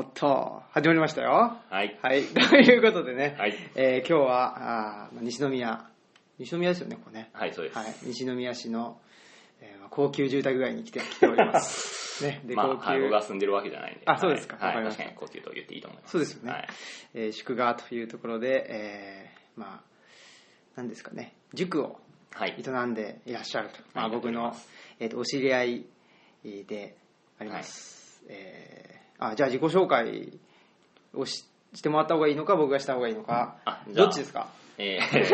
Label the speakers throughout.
Speaker 1: っと、始まりましたよ。
Speaker 2: はい。
Speaker 1: はい。 ということでね、
Speaker 2: はい
Speaker 1: えー今日は、あーまあ西宮、西宮ですよね、ここね。
Speaker 2: はい、そうです。
Speaker 1: はい。西宮市の、えー高級住宅街に来て来ており ます。ね、で、
Speaker 2: まあ、
Speaker 1: 高級、
Speaker 2: 僕が住んでるわけじゃないんで。
Speaker 1: あそうですか
Speaker 2: はい
Speaker 1: わかりま
Speaker 2: はい。確
Speaker 1: した
Speaker 2: かに高級と言っていいと思います。
Speaker 1: そうですよね
Speaker 2: はい。
Speaker 1: えー宿川というところで、えーまあ、何ですかね、塾を
Speaker 2: はい。
Speaker 1: 営んでいらっしゃると、まあ、
Speaker 2: はい
Speaker 1: 僕
Speaker 2: や
Speaker 1: の
Speaker 2: っております、
Speaker 1: えー、とお知り合いであります、えーあじゃあ自己紹介をししてもらった方がいいのか僕がした方がいいのか
Speaker 2: あじゃ
Speaker 1: ど
Speaker 2: あ
Speaker 1: っちですか
Speaker 2: えー、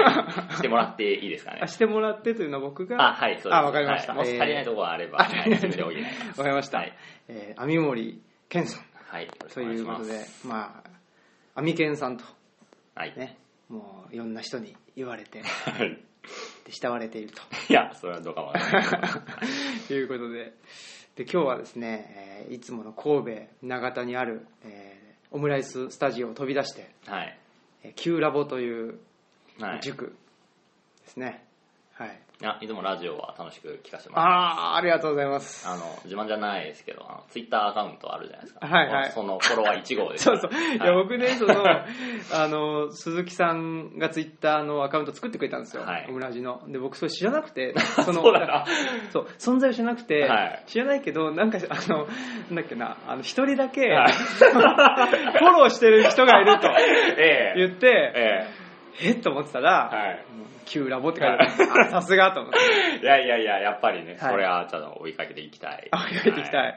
Speaker 2: してもらっていいですかね
Speaker 1: あ。してもらってというのは僕が
Speaker 2: あ、はい、そうです。
Speaker 1: あわかりました、
Speaker 2: はいもし足りないところがあれば、はい、自分で補いま
Speaker 1: えーわ
Speaker 2: す。
Speaker 1: かりました、
Speaker 2: はい。
Speaker 1: えー網森健さん
Speaker 2: はい。よろしく
Speaker 1: と
Speaker 2: お願
Speaker 1: い
Speaker 2: いうし
Speaker 1: こ
Speaker 2: ま
Speaker 1: と
Speaker 2: す
Speaker 1: でまあ網健さんと
Speaker 2: はい。
Speaker 1: ねもういろんな人に言われて
Speaker 2: はい
Speaker 1: で慕われていると
Speaker 2: いや、それはどうかわか らない。
Speaker 1: ということでで今日はですね、えーいつもの神戸長田にある、えーオムライススタジオを飛び出して、
Speaker 2: はい。
Speaker 1: えー、Q ラボという
Speaker 2: はい。
Speaker 1: 塾ですねはい、
Speaker 2: あいつもラジオは楽しく聞かせても
Speaker 1: あ
Speaker 2: らって
Speaker 1: あありがとうございます
Speaker 2: あの、自慢じゃないですけど、あのツイッターアカウントあるじゃないですか。
Speaker 1: はいはい
Speaker 2: そのフォロワー1号です。
Speaker 1: そう そういや
Speaker 2: はい
Speaker 1: 僕ねそ のあの鈴木さんがツイッターのアカウント作ってくれたんですよ、
Speaker 2: はい
Speaker 1: オムラジので僕それ知らなく てその
Speaker 2: そうだな。
Speaker 1: そう存在を知らなくて、
Speaker 2: はい
Speaker 1: 知らないけどなんかあのなんだっけなあの一人だけ、
Speaker 2: はい
Speaker 1: フォローしてる人がいると
Speaker 2: ええ
Speaker 1: 言って、
Speaker 2: え
Speaker 1: えっと思ってた
Speaker 2: え
Speaker 1: ら、
Speaker 2: はい。
Speaker 1: 旧ラボって書いてある。あさすがと 思って。
Speaker 2: いやいやいや、やっぱり
Speaker 1: は
Speaker 2: ね、
Speaker 1: い
Speaker 2: それはちょっと追いかけていきたい。
Speaker 1: あ、書いていきた
Speaker 2: はい。
Speaker 1: い。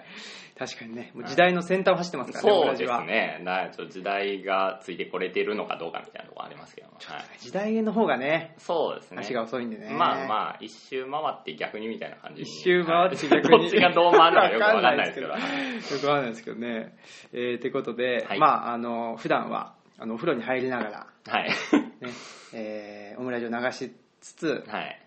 Speaker 1: 確かにね、もう時代の先端を走ってますからね、
Speaker 2: そう
Speaker 1: 同
Speaker 2: で
Speaker 1: じ
Speaker 2: す
Speaker 1: は。
Speaker 2: ね。なちょっと時代がついてこれてるのかどうかみたいなとこありますけども。はい、
Speaker 1: 時代の方がね、
Speaker 2: そうですね。
Speaker 1: 足が遅いんでね。
Speaker 2: まあまあ、一周回って逆にみたいな感じに。
Speaker 1: 一周回って逆に
Speaker 2: はいどっちがどう回るのかよくわかんないですけど。
Speaker 1: わ
Speaker 2: はい
Speaker 1: かよくわかんないですけどね。えー、ってことで、
Speaker 2: はい
Speaker 1: まあ、あの、普段は、あの、お風呂に入りながら、
Speaker 2: はい。
Speaker 1: ね、えー、オムライスを流しつつ、
Speaker 2: はい。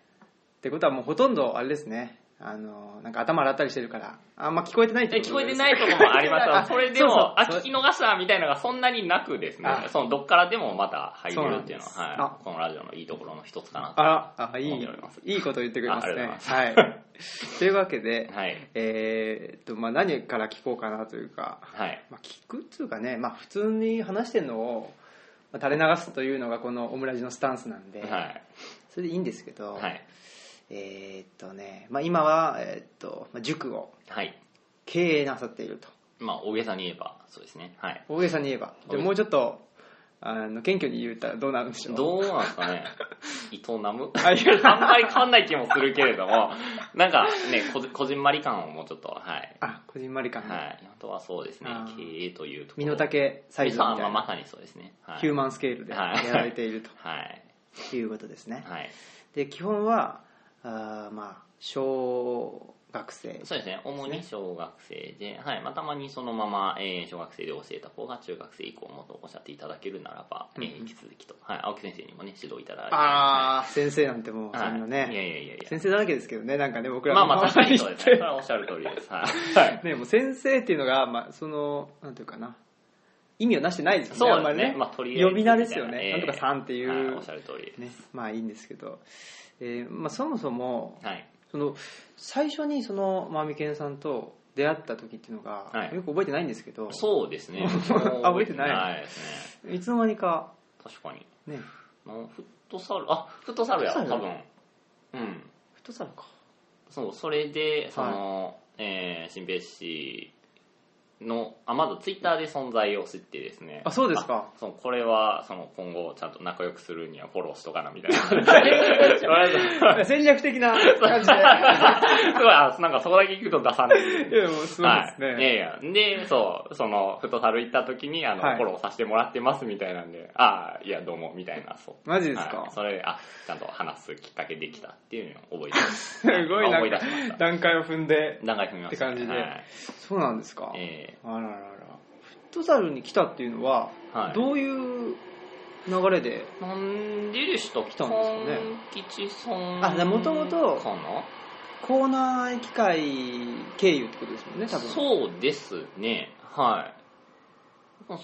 Speaker 1: ってことはもうほとんど、あれですね、あの、なんか頭洗ったりしてるから、あんま聞こえてないって
Speaker 2: え
Speaker 1: こと
Speaker 2: 聞こえて
Speaker 1: い
Speaker 2: ないところもありますが
Speaker 1: あ
Speaker 2: それでも、
Speaker 1: そうそう
Speaker 2: あ、聞き逃したみたいなのがそんなになくですね
Speaker 1: あ、
Speaker 2: そのどっからでもまた入れるっていうの
Speaker 1: そうなんです
Speaker 2: は、は
Speaker 1: あ
Speaker 2: い、このラジオのいいところの一つかなと。
Speaker 1: ああい
Speaker 2: 思っ
Speaker 1: い
Speaker 2: ております
Speaker 1: いいこと言ってくれます
Speaker 2: ああり
Speaker 1: ね
Speaker 2: がとうご
Speaker 1: はい というわけで、
Speaker 2: はい。
Speaker 1: えーっとまあ、何から聞こうかなというか、
Speaker 2: はい。
Speaker 1: まあ、聞くっていうかね、まあ、普通に話してるのをまあ垂れ流すというのがこのオムラジのスタンスなんで、
Speaker 2: はい。
Speaker 1: それでいいんですけど、
Speaker 2: はい。
Speaker 1: えーっとね、まあ、今は、えーっとまあ、塾を
Speaker 2: はい。
Speaker 1: 経営なさっていると
Speaker 2: まあ、大げさに言えば、そうですね。はい。
Speaker 1: 大げさに言えばで
Speaker 2: 大げさ
Speaker 1: もうちょっとあの謙虚に言ったらどうなるんでしょう
Speaker 2: どうなんですか ね。営む
Speaker 1: あ いや
Speaker 2: あんまり変わんない気もするけれど も、なんかね、こじこじんまり感をもうちょっと、はい。
Speaker 1: あこじんまり感が、
Speaker 2: はい。あとはそうですね
Speaker 1: あー、
Speaker 2: 経営というところ。
Speaker 1: 身の丈サイズみたい
Speaker 2: まあま
Speaker 1: な
Speaker 2: さにそうですね。はい。
Speaker 1: ヒューマンスケールでや
Speaker 2: はい
Speaker 1: られていると
Speaker 2: はい。
Speaker 1: いうことですね。
Speaker 2: はい。
Speaker 1: で基本はあーまあ小学生
Speaker 2: そうですね、主に小学生で、はいまあ、たまにそのまま、えー小学生で教えた方が中学生以降もとおっしゃっていただけるならば、えー
Speaker 1: うんうん
Speaker 2: 引き続きと、はい、青木先生にもね、指導いただいて、
Speaker 1: ああ先生なんてもうそ
Speaker 2: はい
Speaker 1: んない
Speaker 2: や
Speaker 1: ね
Speaker 2: いやいやいや
Speaker 1: 先生だらけですけどねなんかね僕ら
Speaker 2: まあ
Speaker 1: の
Speaker 2: まあ確かにそうです
Speaker 1: 周
Speaker 2: ね、そ
Speaker 1: り
Speaker 2: れはおっしゃる通りです。はい
Speaker 1: ってねもう先生っていうのがまあそのなんていうかな意味をなしてないですよね
Speaker 2: そう
Speaker 1: あんま
Speaker 2: です
Speaker 1: り
Speaker 2: ね
Speaker 1: ね、
Speaker 2: まあ、とりあえず
Speaker 1: 呼び名ですよ
Speaker 2: みたい
Speaker 1: ねなんとかさんってい
Speaker 2: は
Speaker 1: う
Speaker 2: おっしゃる通りです。
Speaker 1: ねまあいいんですけどえーまあそもそも
Speaker 2: はい、
Speaker 1: その最初にそのまあみけんさんと出会った時っていうの
Speaker 2: は
Speaker 1: が
Speaker 2: い
Speaker 1: よく覚えてないんですけど。
Speaker 2: そうです ね
Speaker 1: あ覚えてない
Speaker 2: ないですね。
Speaker 1: いつの間にか
Speaker 2: 確かに。
Speaker 1: ね
Speaker 2: のフットサル、あ、フットサルや、
Speaker 1: フ
Speaker 2: 多
Speaker 1: ットサル
Speaker 2: 分。うん。
Speaker 1: フットサルか
Speaker 2: そうそれでその、えー新平氏のあまずツイッターで存在を知ってですね
Speaker 1: あそうですか
Speaker 2: あそうこれはその今後ちゃんと仲良くするにはフォローしとかなみたいな とりあえず
Speaker 1: 戦略的な感じで。
Speaker 2: すごいあなんかそこだけ聞くと出さない
Speaker 1: いや、もうすごいですね。
Speaker 2: はい、いやいやでそうそのフットサル行った時にあの、
Speaker 1: はい
Speaker 2: フォローさせてもらってますみたいなんでああいやどうもみたいなそう
Speaker 1: マジですか、
Speaker 2: はいそれであちゃんと話すきっかけできたっていうのを覚えてます
Speaker 1: すごい
Speaker 2: まあ
Speaker 1: な
Speaker 2: 思い
Speaker 1: ん
Speaker 2: 出
Speaker 1: か
Speaker 2: しました
Speaker 1: 段階を踏んで。
Speaker 2: 段階踏みました、
Speaker 1: って感じで
Speaker 2: はい
Speaker 1: そうなんですか、
Speaker 2: え
Speaker 1: あらららら。フットサルに来たっていうのは、
Speaker 2: ーはい、
Speaker 1: どういう流れで、
Speaker 2: なんででした来
Speaker 1: たんですかね
Speaker 2: 吉さん
Speaker 1: あでもともと
Speaker 2: か
Speaker 1: コーナー機会経由ってことですもんね、多
Speaker 2: な
Speaker 1: 分。
Speaker 2: そうですねはい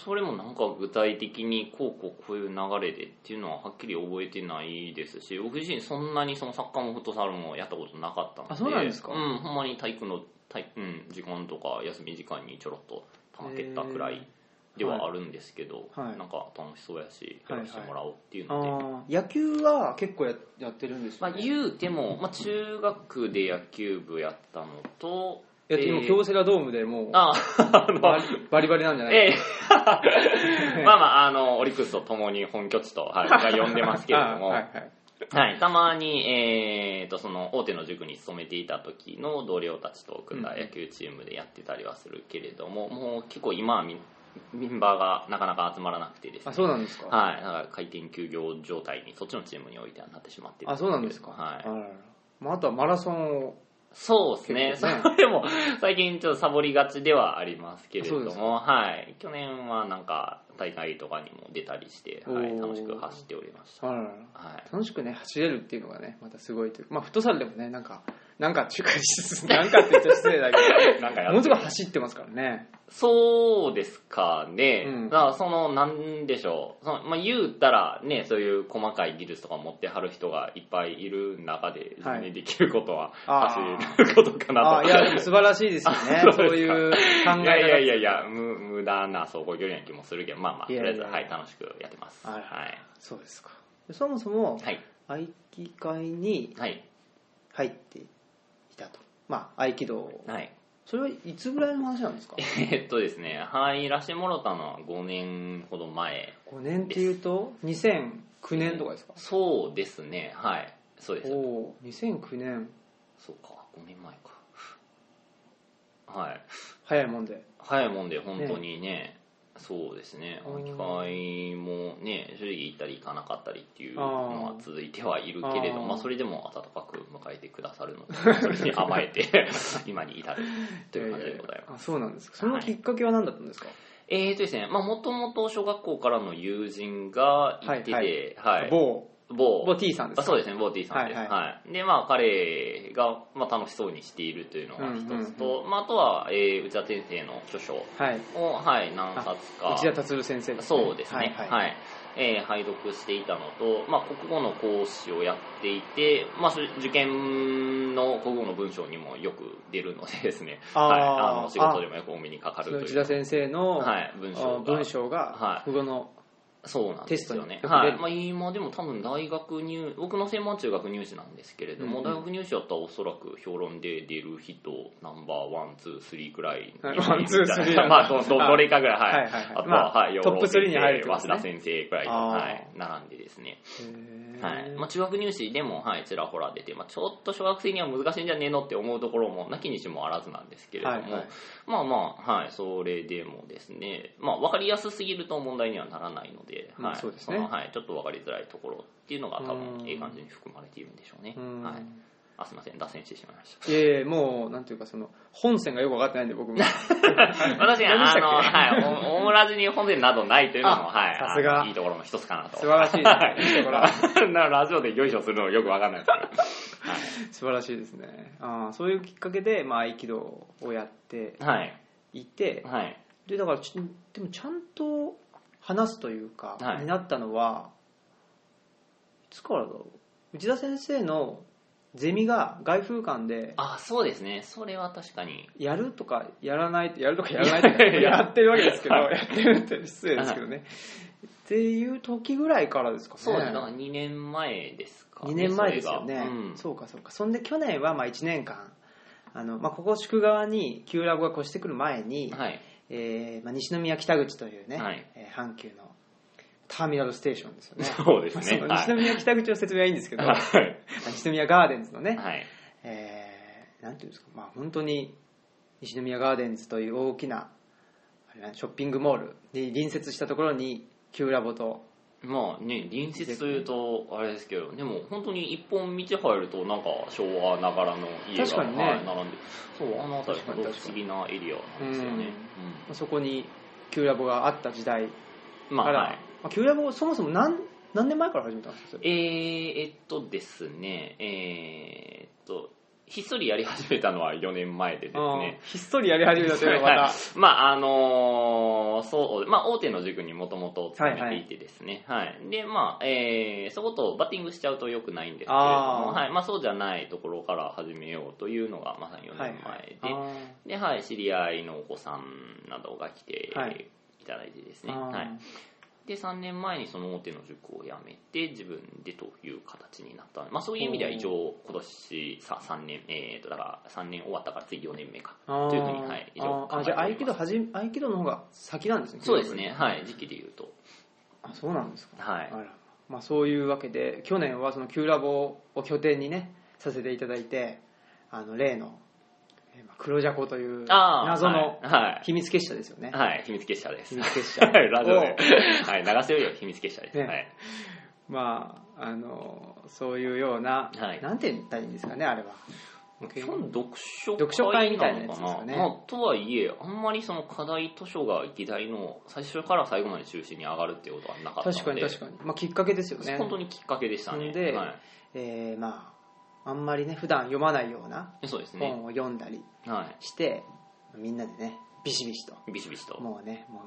Speaker 2: それもなんか具体的にこうこうこういう流れでっていうのははっきり覚えてないですし僕自身そんなにそのサッカーもフットサルもやったことなかったので
Speaker 1: あそうなんですか
Speaker 2: うん、ほんまに体育の体、うん、時間とか休み時間にちょろっとたまけたくらいではあるんですけど、
Speaker 1: はい
Speaker 2: なんか楽しそうやし
Speaker 1: は
Speaker 2: や
Speaker 1: い
Speaker 2: らせてもらおうっていうので、
Speaker 1: あー野球は結構ややってるんです
Speaker 2: ま
Speaker 1: よ、
Speaker 2: あ、
Speaker 1: ね
Speaker 2: 言うても、まあ、中学で野球部やったのと
Speaker 1: いやでも
Speaker 2: えー
Speaker 1: 京セラドームでもう
Speaker 2: ああの
Speaker 1: バリバリバリなんじゃない
Speaker 2: え えまあまああのオリックスと共に本拠地と、はい、が呼んでますけれども、
Speaker 1: あーは
Speaker 2: はいい
Speaker 1: はい
Speaker 2: たまに、えー、とその大手の塾に勤めていた時の同僚たちと組んだ野球チームでやってたりはするけれども、もう結構今はみメンバーがなかなか集まらなくてです
Speaker 1: あ
Speaker 2: ね
Speaker 1: そうなんですか、
Speaker 2: はい、なんか回転休業状態にそっちのチームにおいてはなってしまってる
Speaker 1: あそうなんですか
Speaker 2: はい、
Speaker 1: あららまあ、あとはマラソンを
Speaker 2: そうですね。
Speaker 1: 結構ね
Speaker 2: それも、最近ちょっとサボりがちではありますけれど
Speaker 1: そうですか
Speaker 2: も、はい。去年はなんか、大会とかにも出たりして、は
Speaker 1: お
Speaker 2: い、
Speaker 1: ー
Speaker 2: 楽しく走っておりました。
Speaker 1: あららら
Speaker 2: はい。
Speaker 1: 楽しくね走れるっていうのがねまたすごいというかまあフットサルでもねなんかなんか 中華しなんかって言っちゃ失礼だけ
Speaker 2: なん
Speaker 1: ど
Speaker 2: か
Speaker 1: も
Speaker 2: やっ
Speaker 1: のすごい走ってますからね
Speaker 2: そうですかね。
Speaker 1: うん
Speaker 2: だからその、なんでしょう。そのまあ、言うたらね、そういう細かい技術とか持ってはる人がいっぱいいる中で、
Speaker 1: はい
Speaker 2: ねできることは
Speaker 1: あ
Speaker 2: 走
Speaker 1: ー
Speaker 2: ることかなと。
Speaker 1: ああいやでも素晴らしいですよねそ
Speaker 2: あ そううですか
Speaker 1: いう考え方
Speaker 2: いやいやいやいや、無無駄な走行距離な気もするけど、まあまあ、と
Speaker 1: い
Speaker 2: り
Speaker 1: やい
Speaker 2: あ
Speaker 1: や
Speaker 2: え
Speaker 1: い
Speaker 2: ず、
Speaker 1: や
Speaker 2: はい、楽しくやってます。
Speaker 1: あ
Speaker 2: は
Speaker 1: ら
Speaker 2: い。
Speaker 1: そうですかそもそも
Speaker 2: はい。
Speaker 1: 合気会に
Speaker 2: はい。
Speaker 1: 入っていたとまあ合気道
Speaker 2: はい。
Speaker 1: それはいつぐらいの話なんですか
Speaker 2: えっとですね、はい、らしてもろたのは5年ほど前。
Speaker 1: 5年っていうと2009年とかですか
Speaker 2: そうですね、はい。そうです
Speaker 1: お。おー2009年
Speaker 2: そうか、5年前か。はい。
Speaker 1: 早いもんで
Speaker 2: 早いもんで、本当にね、そうですね、
Speaker 1: うん
Speaker 2: 機会もね、正直行ったり行かなかったりっていうのは続いてはいるけれど、
Speaker 1: あー
Speaker 2: まあ、それでも温かく迎えてくださるの で、それに甘えて、 今に至るという感じでござい
Speaker 1: えー
Speaker 2: ます。
Speaker 1: あそうなんですかそのきっかけは何だったんですか、
Speaker 2: えーとですね、まあ、もともと小学校からの友人がいてて、はい、
Speaker 1: 某
Speaker 2: 某
Speaker 1: 某 T さんです
Speaker 2: あ
Speaker 1: か
Speaker 2: そうですね、ボーティーさんです。
Speaker 1: は
Speaker 2: はいい、
Speaker 1: は
Speaker 2: で、まあ、彼が、まあ、楽しそうにしているというのが一つと、まあ、あとは、えー、内田先生の著書
Speaker 1: はい
Speaker 2: を、はい、何冊か。
Speaker 1: 内田達先生ですね
Speaker 2: そうですね、
Speaker 1: は
Speaker 2: はい
Speaker 1: は
Speaker 2: い、
Speaker 1: い
Speaker 2: えー拝読していたのと、まあ、国語の講師をやっていて、まあ、そ受験の国語の文章にもよく出るのでですね、
Speaker 1: あー
Speaker 2: はい、あの仕事でもよくお目にかかる
Speaker 1: そ
Speaker 2: と
Speaker 1: の
Speaker 2: いう
Speaker 1: 内田先生の、
Speaker 2: はい、文章が
Speaker 1: あ文章が
Speaker 2: はい
Speaker 1: 国語の、
Speaker 2: そうなんですよ
Speaker 1: テ
Speaker 2: ね
Speaker 1: ス。トによく
Speaker 2: は
Speaker 1: 出
Speaker 2: い
Speaker 1: る。
Speaker 2: まあ、今でも多分大学入、僕の専門は中学入試なんですけれど
Speaker 1: う
Speaker 2: も、
Speaker 1: ん
Speaker 2: 大学入試だったらおそらく評論で出る人、ナンバーワン、ツー、スリーくらい。
Speaker 1: はいワンツースリーなんだ
Speaker 2: まあ、どどどれかぐらい、はい。
Speaker 1: はいはいはい
Speaker 2: あとは、
Speaker 1: まあ
Speaker 2: はい、
Speaker 1: トップスリーに入るってこと
Speaker 2: 早
Speaker 1: ですね
Speaker 2: 稲田先生くらいと、
Speaker 1: あー
Speaker 2: はい、並んでですね。
Speaker 1: へー
Speaker 2: はい。まあ、中学入試でも、はい、ちらほら出て、まあ、ちょっと小学生には難しいんじゃねえのって思うところも、なきにしもあらずなんですけれども、
Speaker 1: はいはい
Speaker 2: まあまあ、はい、それでもですね、まあ、わかりやすすぎると問題にはならないので、
Speaker 1: うん
Speaker 2: はい、
Speaker 1: そうですね
Speaker 2: のはい、ちょっとわかりづらいところっていうのが多
Speaker 1: うん
Speaker 2: 分、ええ感じに含まれているんでしょうね
Speaker 1: う。ん
Speaker 2: はい。あ、すいません、脱線してしまいまし
Speaker 1: いえいえもうなんていうかその本線がよく分かってないんで 僕も
Speaker 2: た。私、あ
Speaker 1: 何でしたっけ
Speaker 2: の、はい、おオムラジに本線などないというのも、はい、
Speaker 1: さすが
Speaker 2: あのいいところの一つかなと。
Speaker 1: 素晴らしいですねい いところ
Speaker 2: ろ。なラジオでよいしょするのよくわかんないですけど。
Speaker 1: 素晴らしいですねあーそういうきっかけで、まあ、合気道をやって
Speaker 2: はい。
Speaker 1: いて
Speaker 2: はい。
Speaker 1: でだからちでもちゃんと話すというか、
Speaker 2: はい
Speaker 1: になったのはいつからだろう内田先生のゼミが外風館で
Speaker 2: あ、そうですね。それは確かに。
Speaker 1: やるとかやらないやるとかやらないとか
Speaker 2: いやいや
Speaker 1: やってるわけですけど
Speaker 2: は
Speaker 1: やってるって失礼ですけどねっていう時ぐらいからですかね
Speaker 2: そうですね。だから2年前ですか、
Speaker 1: 2年前ですよね
Speaker 2: それ
Speaker 1: そ
Speaker 2: がうん
Speaker 1: うかそうかそんで去年はまあ1年間あの、まあ、ここ宿側に Q ラボが越してくる前に、
Speaker 2: はい。
Speaker 1: えーまあ、西宮北口というね、
Speaker 2: はい
Speaker 1: えー阪急のターミナルステーションですよね
Speaker 2: そうですね。
Speaker 1: まあそ
Speaker 2: は
Speaker 1: の西宮北口の説明はいいんですけ
Speaker 2: い。
Speaker 1: ど、
Speaker 2: はい。
Speaker 1: 西宮ガーデンズのね、
Speaker 2: はい。
Speaker 1: えーなんていうんですか、まあ、本当に西宮ガーデンズという大きなあれなんショッピングモールに隣接したところに Q ラボと
Speaker 2: まあね、隣接というと、あれですけど、でも本当に一本道入ると、なんか昭和ながらの家が、
Speaker 1: 確かにね
Speaker 2: はい、並んで、そう、あの辺り、
Speaker 1: 確
Speaker 2: 本
Speaker 1: かに確
Speaker 2: 当不
Speaker 1: か
Speaker 2: 思議なエリアなんですよね。
Speaker 1: まあそこに Q ラボがあった時代
Speaker 2: うんま
Speaker 1: か
Speaker 2: あ、
Speaker 1: ら、
Speaker 2: はい。
Speaker 1: まあ、Q ラボをそもそも何何年前から始めたんですか
Speaker 2: えー、えっとですね、えー、っと、ひっそりやり始めたのは4年前でです
Speaker 1: あ
Speaker 2: ね
Speaker 1: ー、ひっそりやり始めたというのがま た
Speaker 2: まああのーそう、まあ大手の塾にもともと勤めていてですね、はい、で、まあ、えー、そことバッティングしちゃうと良くないんですけれども、
Speaker 1: あー
Speaker 2: はい、まあそうじゃないところから始めようというのがまさに4年前で、
Speaker 1: はいはいあ
Speaker 2: で、はい、知り合いのお子さんなどが来て
Speaker 1: はい
Speaker 2: いたただいてですね、
Speaker 1: あー
Speaker 2: はい、で3年前にその大手の塾を辞めて自分でという形になったので、まあ、そういう意味では一応今年さ3年、えー、とだから3年終わったから次4年目か
Speaker 1: あー
Speaker 2: というふうにはい以上
Speaker 1: あーあじゃあ
Speaker 2: 考
Speaker 1: 合
Speaker 2: え
Speaker 1: 気
Speaker 2: てお
Speaker 1: 道
Speaker 2: ります
Speaker 1: はじ合気道の方が先なんですね
Speaker 2: そうですねはい時期で言うと
Speaker 1: あそうなんですか
Speaker 2: は
Speaker 1: あ
Speaker 2: い
Speaker 1: ら、まあ、そういうわけで去年はその Q ラボを拠点にねさせていただいてあの例のえーまあ黒ジャコという
Speaker 2: あー
Speaker 1: 謎の
Speaker 2: はい
Speaker 1: 秘密結社ですよね、
Speaker 2: はい、はい、秘密結社です
Speaker 1: 秘密結社
Speaker 2: はいラジオで
Speaker 1: を、
Speaker 2: はい、流せるよ秘密結社です、
Speaker 1: ね
Speaker 2: はい
Speaker 1: まああのそういうような、
Speaker 2: はい
Speaker 1: なんて言ったらいいんですかねあれは
Speaker 2: 基本読書
Speaker 1: 読書会みたいなやつ
Speaker 2: の
Speaker 1: です
Speaker 2: かな
Speaker 1: よね
Speaker 2: まあ、とはいえあんまりその課題図書が議題の最初から最後まで中心に上がるっていうことはなかったので
Speaker 1: 確かに確かに、まあ、きっかけですよね
Speaker 2: 本当にきっかけでしたね
Speaker 1: で
Speaker 2: は、
Speaker 1: えーまああんまりね普段読まないようない
Speaker 2: そうですね、
Speaker 1: 本を読んだり
Speaker 2: は
Speaker 1: して、みんなでねビシビシと
Speaker 2: い、ビシビシと
Speaker 1: もうねもう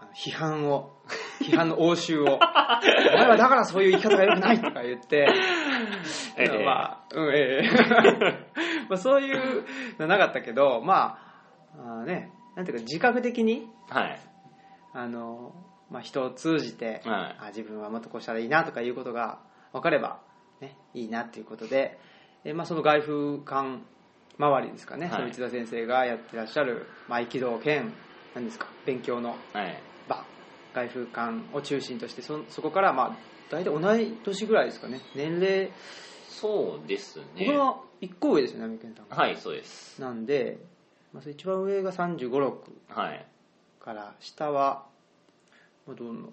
Speaker 1: あの批判を 批判の応酬をお前はだからそういう生き方が良くないとか言って、
Speaker 2: ええ
Speaker 1: まあ、うん、え えまあそういうのなかったけどまああーねなんていうか自覚的に
Speaker 2: はい
Speaker 1: あの、まあ、人を通じて、
Speaker 2: はい
Speaker 1: あ自分はもっとこうしたらいいなとかいうことが分かれば、ね、いいなっていうことで、えまあ、その外風館周りですかね、
Speaker 2: はい
Speaker 1: その内田先生がやってらっしゃる、まあ、合気道兼何ですか勉強の
Speaker 2: はい
Speaker 1: 場外風館を中心としてそそこからまあ大体同い年ぐらいですかね年齢
Speaker 2: そうですね
Speaker 1: 僕の1個上ですよね並木健さんが
Speaker 2: はいそうです
Speaker 1: なんで、まあ、それ一番上が3 5 6
Speaker 2: はい
Speaker 1: から下はまあどんなの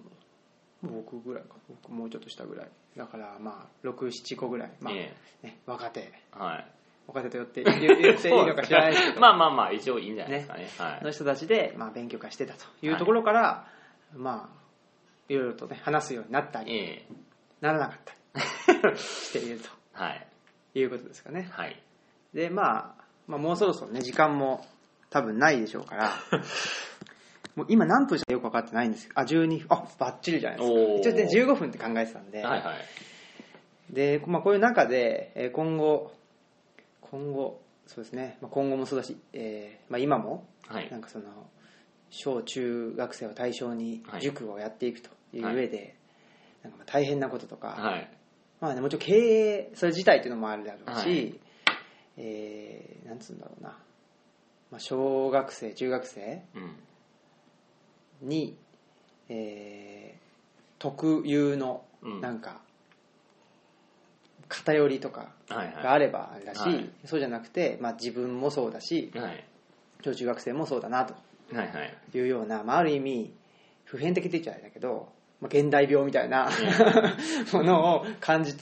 Speaker 1: 僕ぐらいか僕もうちょっと下ぐらいだからまあ67個ぐらい、まあ
Speaker 2: え
Speaker 1: ね、若手
Speaker 2: えはい
Speaker 1: 若手と言 って言言っていいのか知らないですけど
Speaker 2: まあまあまあ一応いいんじゃないですかねは
Speaker 1: の
Speaker 2: い
Speaker 1: 人たちで、まあ、勉強会してたというところから、まあいろいろとね話すようになったり、
Speaker 2: ええ
Speaker 1: ならなかったりしている
Speaker 2: はい
Speaker 1: ということですかね
Speaker 2: はい
Speaker 1: で、まあ、まあもうそろそろね時間も多分ないでしょうから もう今何分しかよく分かってないんですけどあ12分あバッチリじゃないですか
Speaker 2: おー
Speaker 1: 一応ね15分って考えてたんで、
Speaker 2: はいはい
Speaker 1: で、まあ、こういう中で、えー今後今後そうですね、まあ、今後もそうだし、えーまあ、今も
Speaker 2: はい
Speaker 1: なんかその小中学生を対象に
Speaker 2: はい
Speaker 1: 塾をやっていくという上で、なんかまあ大変なこととか、
Speaker 2: はい
Speaker 1: まあね、もちろん経営それ自体っていうのもあるだろうし、
Speaker 2: はい
Speaker 1: えーなんつうんだろうな、まあ、小学生中学生
Speaker 2: うん
Speaker 1: に、えー特有の
Speaker 2: うん
Speaker 1: なんか偏りとか
Speaker 2: はい
Speaker 1: が
Speaker 2: は
Speaker 1: あればあれだし、
Speaker 2: はい
Speaker 1: そうじゃなくて、まあ、自分もそうだし
Speaker 2: いはい
Speaker 1: 小中学生もそうだなと
Speaker 2: はいはい
Speaker 1: いうような、まあ、ある意味普遍的って言っちゃあれだけど、まあ、現代病みたいな ものを感じ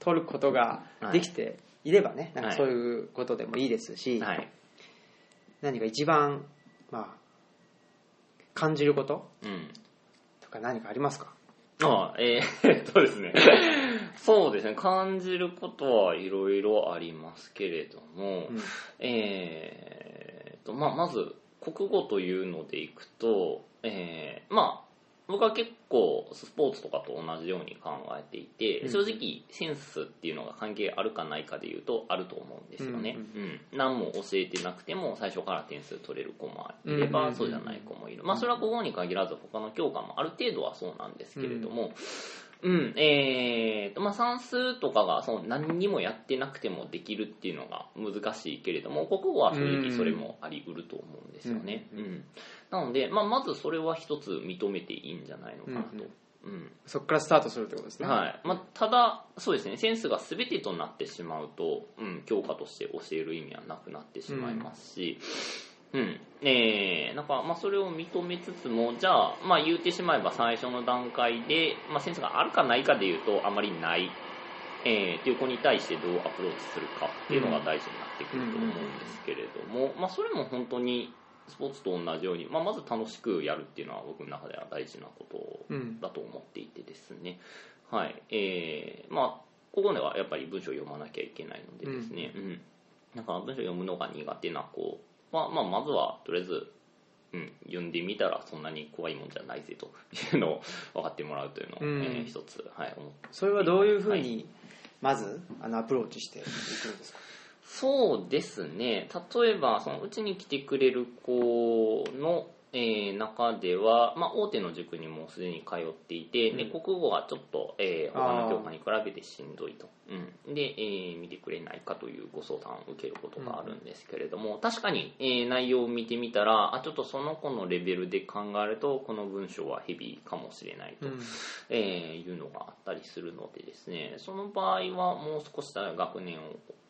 Speaker 1: 取ることができていればね、なんかそういうことでもいいですし、
Speaker 2: はい
Speaker 1: 何か一番、まあ、感じること
Speaker 2: うん
Speaker 1: とか何かありますか
Speaker 2: あえー、 そうです ね。そうですね。感じることはいろいろありますけれども、
Speaker 1: うん
Speaker 2: えーと、まあ、まず、国語というのでいくと、えーまあ、僕は結構スポーツとかと同じように考えていて、
Speaker 1: うん
Speaker 2: 正直センスっていうのが関係あるかないかで言うとあると思うんですよね。
Speaker 1: う
Speaker 2: うん何も教えてなくても最初から点数取れる子もいれ
Speaker 1: うんうん
Speaker 2: ば、
Speaker 1: うん
Speaker 2: そうじゃない子もいる。まあそれは国語に限らず他の教科もある程度はそうなんですけれども、うん、えーと、まあ算数とかがその何にもやってなくてもできるっていうのが難しいけれども、国語は正直それもあり得ると思うんですよね。
Speaker 1: う
Speaker 2: うんんなので、まあまずそれは一つ認めていいんじゃないのかなと。うん
Speaker 1: そこからスタートするってことですね、
Speaker 2: はいまあ、ただそうですねセンスが全てとなってしまうと、うん、教科として教える意味はなくなってしまいますし、うんえーなんかまあ、それを認めつつもじゃあ,、まあ言ってしまえば最初の段階で、まあ、センスがあるかないかでいうとあまりない、えー、という子に対してどうアプローチするかっていうのが大事になってくると思うんですけれども、まあ、それも本当にスポーツと同じように、まあ、まず楽しくやるっていうのは僕の中では大事なこと
Speaker 1: うん
Speaker 2: だと思っていてですね、はいえーまあ、ここではやっぱり文章を読まなきゃいけないのでですね、うんなんか文章を読むのが苦手な子は、まあ、まずはとりあえず、うん、読んでみたらそんなに怖いもんじゃないぜというのを分かってもらうというのを、
Speaker 1: うん
Speaker 2: えー一つ、はい、思って
Speaker 1: それはどういうふうにまずあのアプローチしていくんですか、
Speaker 2: そうですね例えばそのうちに来てくれる子のえー中では、まあ、大手の塾にもうすでに通っていて、で
Speaker 1: うん
Speaker 2: 国語はちょっと、えー他
Speaker 1: あ
Speaker 2: の
Speaker 1: ー
Speaker 2: 教科に比べてしんどいと、うん、で、えー見てくれないかというご相談を受けることがあるんですけれども、確かに、えー内容を見てみたらあちょっとその子のレベルで考えるとこの文章はヘビーかもしれないと、
Speaker 1: うん
Speaker 2: えーいうのがあったりするのでですねその場合はもう少し学年を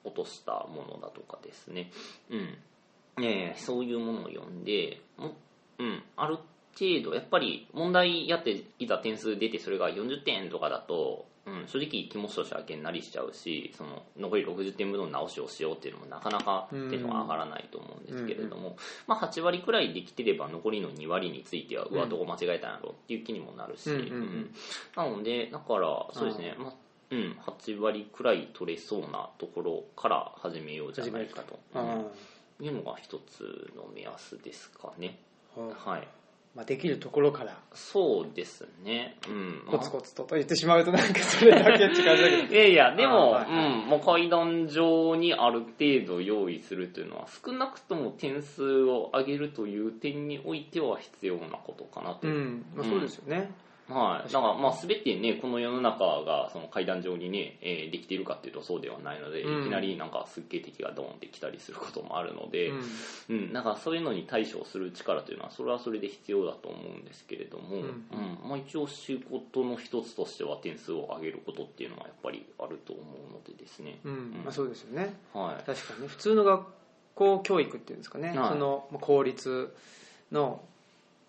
Speaker 2: 落としたものだとかですね、うんえーそういうものを読んでも、うん、ある程度やっぱり問題やっていた点数出てそれが40点とかだと、うん、正直気持ちとしてはげんなりしちゃうしその残り60点分の直しをしようっていうのもなかなかテンションが上がらないと思うんですけれども、まあ、8割くらいできてれば残りの2割についてはうわ
Speaker 1: うん
Speaker 2: どこ間違えたんやろっていう気にもなるし、
Speaker 1: うんうんうん
Speaker 2: うんなのでだからそうですね、まあうん、8割くらい取れそうなところから始めようじゃないかと、
Speaker 1: あー
Speaker 2: うんいうのが一つの目安ですかね、
Speaker 1: ほう
Speaker 2: はい
Speaker 1: まあ、できるところから
Speaker 2: そうですね、うん、
Speaker 1: コツコツとと言ってしまうとなんかそれだけって感じだけど
Speaker 2: いやいや、でも、
Speaker 1: あーは
Speaker 2: うん、もう階段上にある程度用意するというのは、少なくとも点数を上げるという点においては必要なことかなと。
Speaker 1: うん、まあ、そうですよね、
Speaker 2: はい。だから、まあ、すべてね、この世の中が、その階段上にね、えーできているかっていうとそうではないので、
Speaker 1: うん
Speaker 2: いきなりなんかすっげえ敵がドーンってきたりすることもあるので、
Speaker 1: うん
Speaker 2: うん、なんかそういうのに対処する力というのはそれはそれで必要だと思うんですけれども、
Speaker 1: うん
Speaker 2: うんまあ、一応仕事の一つとしては点数を上げることっていうのはやっぱりあると思うのでですね、
Speaker 1: うんまあ、そうですよね
Speaker 2: はい
Speaker 1: 確かにね普通の学校教育っていうんですかね、
Speaker 2: はい
Speaker 1: そのまあ公立の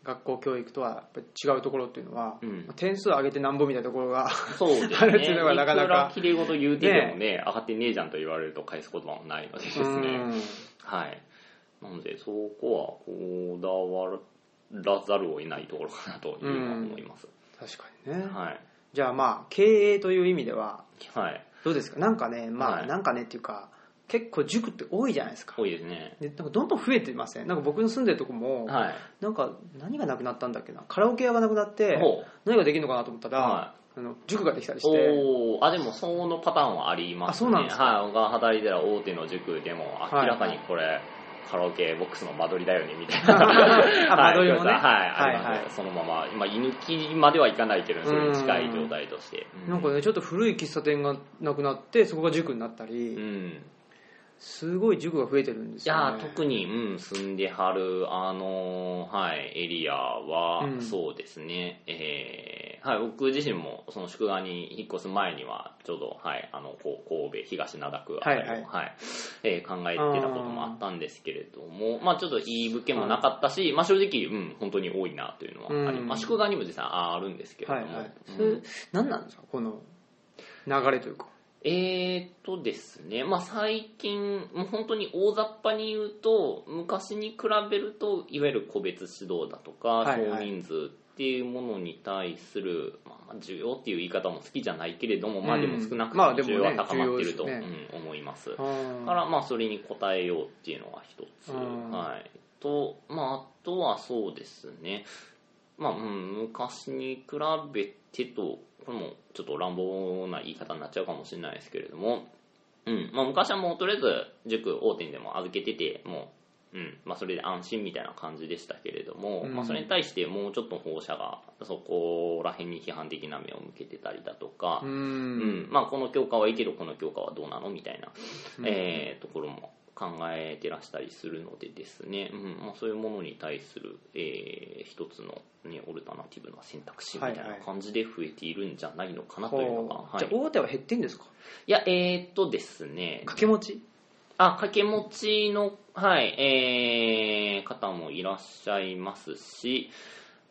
Speaker 1: 学校教育とはやっぱり違うところっていうのは、
Speaker 2: うん
Speaker 1: まあ点数上げてなんぼみたいなところが
Speaker 2: そうですね
Speaker 1: あるっていうのがなかなか
Speaker 2: いくら綺麗事言うてでもね上がってねえじゃんと言われると返すこともないのでですね、
Speaker 1: うん
Speaker 2: はいなのでそこはこだわらざるを得ないところかなというのは思います、
Speaker 1: 確かにね、
Speaker 2: はい
Speaker 1: じゃあまあ経営という意味では
Speaker 2: はい
Speaker 1: どうですかなんかねまあ、
Speaker 2: はい
Speaker 1: なんかねっていうか結構塾って多いじゃないですか
Speaker 2: 多いですね
Speaker 1: でなんかどんどん増えてませんなんか僕の住んでるとこも、
Speaker 2: はい
Speaker 1: なんか何がなくなったんだっけなカラオケ屋がなくなって
Speaker 2: ほう
Speaker 1: 何ができるのかなと思ったら、
Speaker 2: は
Speaker 1: あの塾ができたり して
Speaker 2: おおあでもそのパターンはありますね
Speaker 1: あそうなんですか
Speaker 2: はい、が働いてたら大手の塾でも明らかにこれ、カラオケボックスの間取りだよねみたいな
Speaker 1: あ 間取りもね
Speaker 2: はい、はい
Speaker 1: はいはい
Speaker 2: ありますそのまま今居抜きまではいかないけどそれに近い状態として
Speaker 1: なんかねちょっと古い喫茶店がなくなってそこが塾になった
Speaker 2: う
Speaker 1: り、
Speaker 2: ん
Speaker 1: すごい塾が増えてるんで
Speaker 2: い
Speaker 1: すよ、
Speaker 2: や
Speaker 1: ね、
Speaker 2: ー特に、うん、住んではる、あのーはい、エリアは、
Speaker 1: うん
Speaker 2: そうですね、えーはい、僕自身も、その宿川に引っ越す前には、ちょうど、はい、あの、こう神戸、東灘区あたりを、
Speaker 1: は
Speaker 2: はいい
Speaker 1: はい
Speaker 2: えー考えてたこともあったんですけれども、まあちょっといい物件もなかったし、まあ正直、うん、本当に多いなというのはあり、
Speaker 1: うん
Speaker 2: まあ宿川にも実際ああるんですけれ
Speaker 1: は
Speaker 2: ど
Speaker 1: い
Speaker 2: も、
Speaker 1: はい、
Speaker 2: うん
Speaker 1: それ何なんですかこの流れというか
Speaker 2: えーっとですね、まあ、最近、もう本当に大雑把に言うと、昔に比べると、いわゆる個別指導だとか、
Speaker 1: はいはい
Speaker 2: 少人数っていうものに対する、まあまあ、需要っていう言い方も好きじゃないけれども、まあ
Speaker 1: うん
Speaker 2: でも少なくとも
Speaker 1: まあでもね
Speaker 2: 需要は高まってると、
Speaker 1: 重要ですね
Speaker 2: うん思います。
Speaker 1: う
Speaker 2: だ
Speaker 1: ん
Speaker 2: から、まあ、それに応えようっていうのが一つ。
Speaker 1: うん
Speaker 2: はい。と、まあ、あとはそうですね。まあ、うん、昔に比べてと、これもちょっと乱暴な言い方になっちゃうかもしれないですけれども、うん、まあ昔はもうとりあえず塾大手にでも預けてて、もう、うん、まあそれで安心みたいな感じでしたけれども、
Speaker 1: うん
Speaker 2: まあそれに対してもうちょっと放射がそこら辺に批判的な目を向けてたりだとか、
Speaker 1: うん
Speaker 2: うんまあ、この教科はいいけどこの教科はどうなのみたいな、えーところも考えてらしたりするのでですね、うんまあ、そういうものに対する、えー一つの、ね、オルタナティブな選択肢みたいな
Speaker 1: はいはい
Speaker 2: 感じで増えているんじゃないのかなと
Speaker 1: ほう
Speaker 2: いうのが、はい
Speaker 1: じゃあ大手は減ってんですか
Speaker 2: いやえー、っとですね
Speaker 1: 掛け持ち
Speaker 2: あ掛け持ちの、はいえー方もいらっしゃいますし、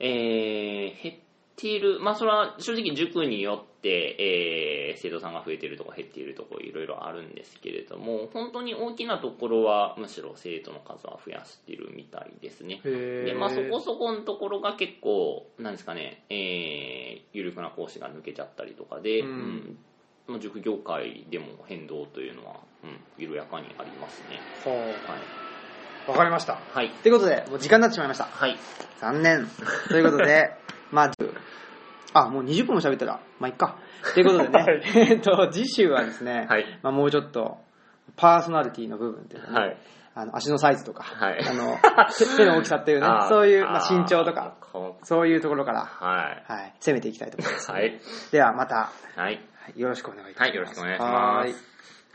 Speaker 2: えー減っている、まあ、それは正直塾によって、えー生徒さんが増えているとか減っているとかいろいろあるんですけれども本当に大きなところはむしろ生徒の数は増やしているみたいですね。
Speaker 1: へ
Speaker 2: でまあ、そこ
Speaker 1: こ
Speaker 2: そこのところが結構、なんですかね、えー、有力な講師が抜けちゃったりとかで、
Speaker 1: う
Speaker 2: うんんまあ塾業界でも変動というのは、うん、緩やかにありますね。は
Speaker 1: わかりました
Speaker 2: い。はい。
Speaker 1: ということでもう時間になってしまいました
Speaker 2: はい。
Speaker 1: 残念。ということ で、まあ、あ、もう20分も喋ったら、まあ、いっか。ということでね、 えっと、次週はですね、
Speaker 2: はい。
Speaker 1: まあ、もうちょっと、パーソナリティの部分というかね、
Speaker 2: はい。
Speaker 1: あの足のサイズとか、
Speaker 2: はい
Speaker 1: あの手手の大きさっていうね
Speaker 2: あー
Speaker 1: そういう、 まあ、身長とか。
Speaker 2: こ
Speaker 1: そういうところから、
Speaker 2: はい。
Speaker 1: はい、攻めていきたいと思います、
Speaker 2: はい。
Speaker 1: ではまた、
Speaker 2: はい。
Speaker 1: はいよろしくお願いいたします、
Speaker 2: はいよろしくお願いします
Speaker 1: はーい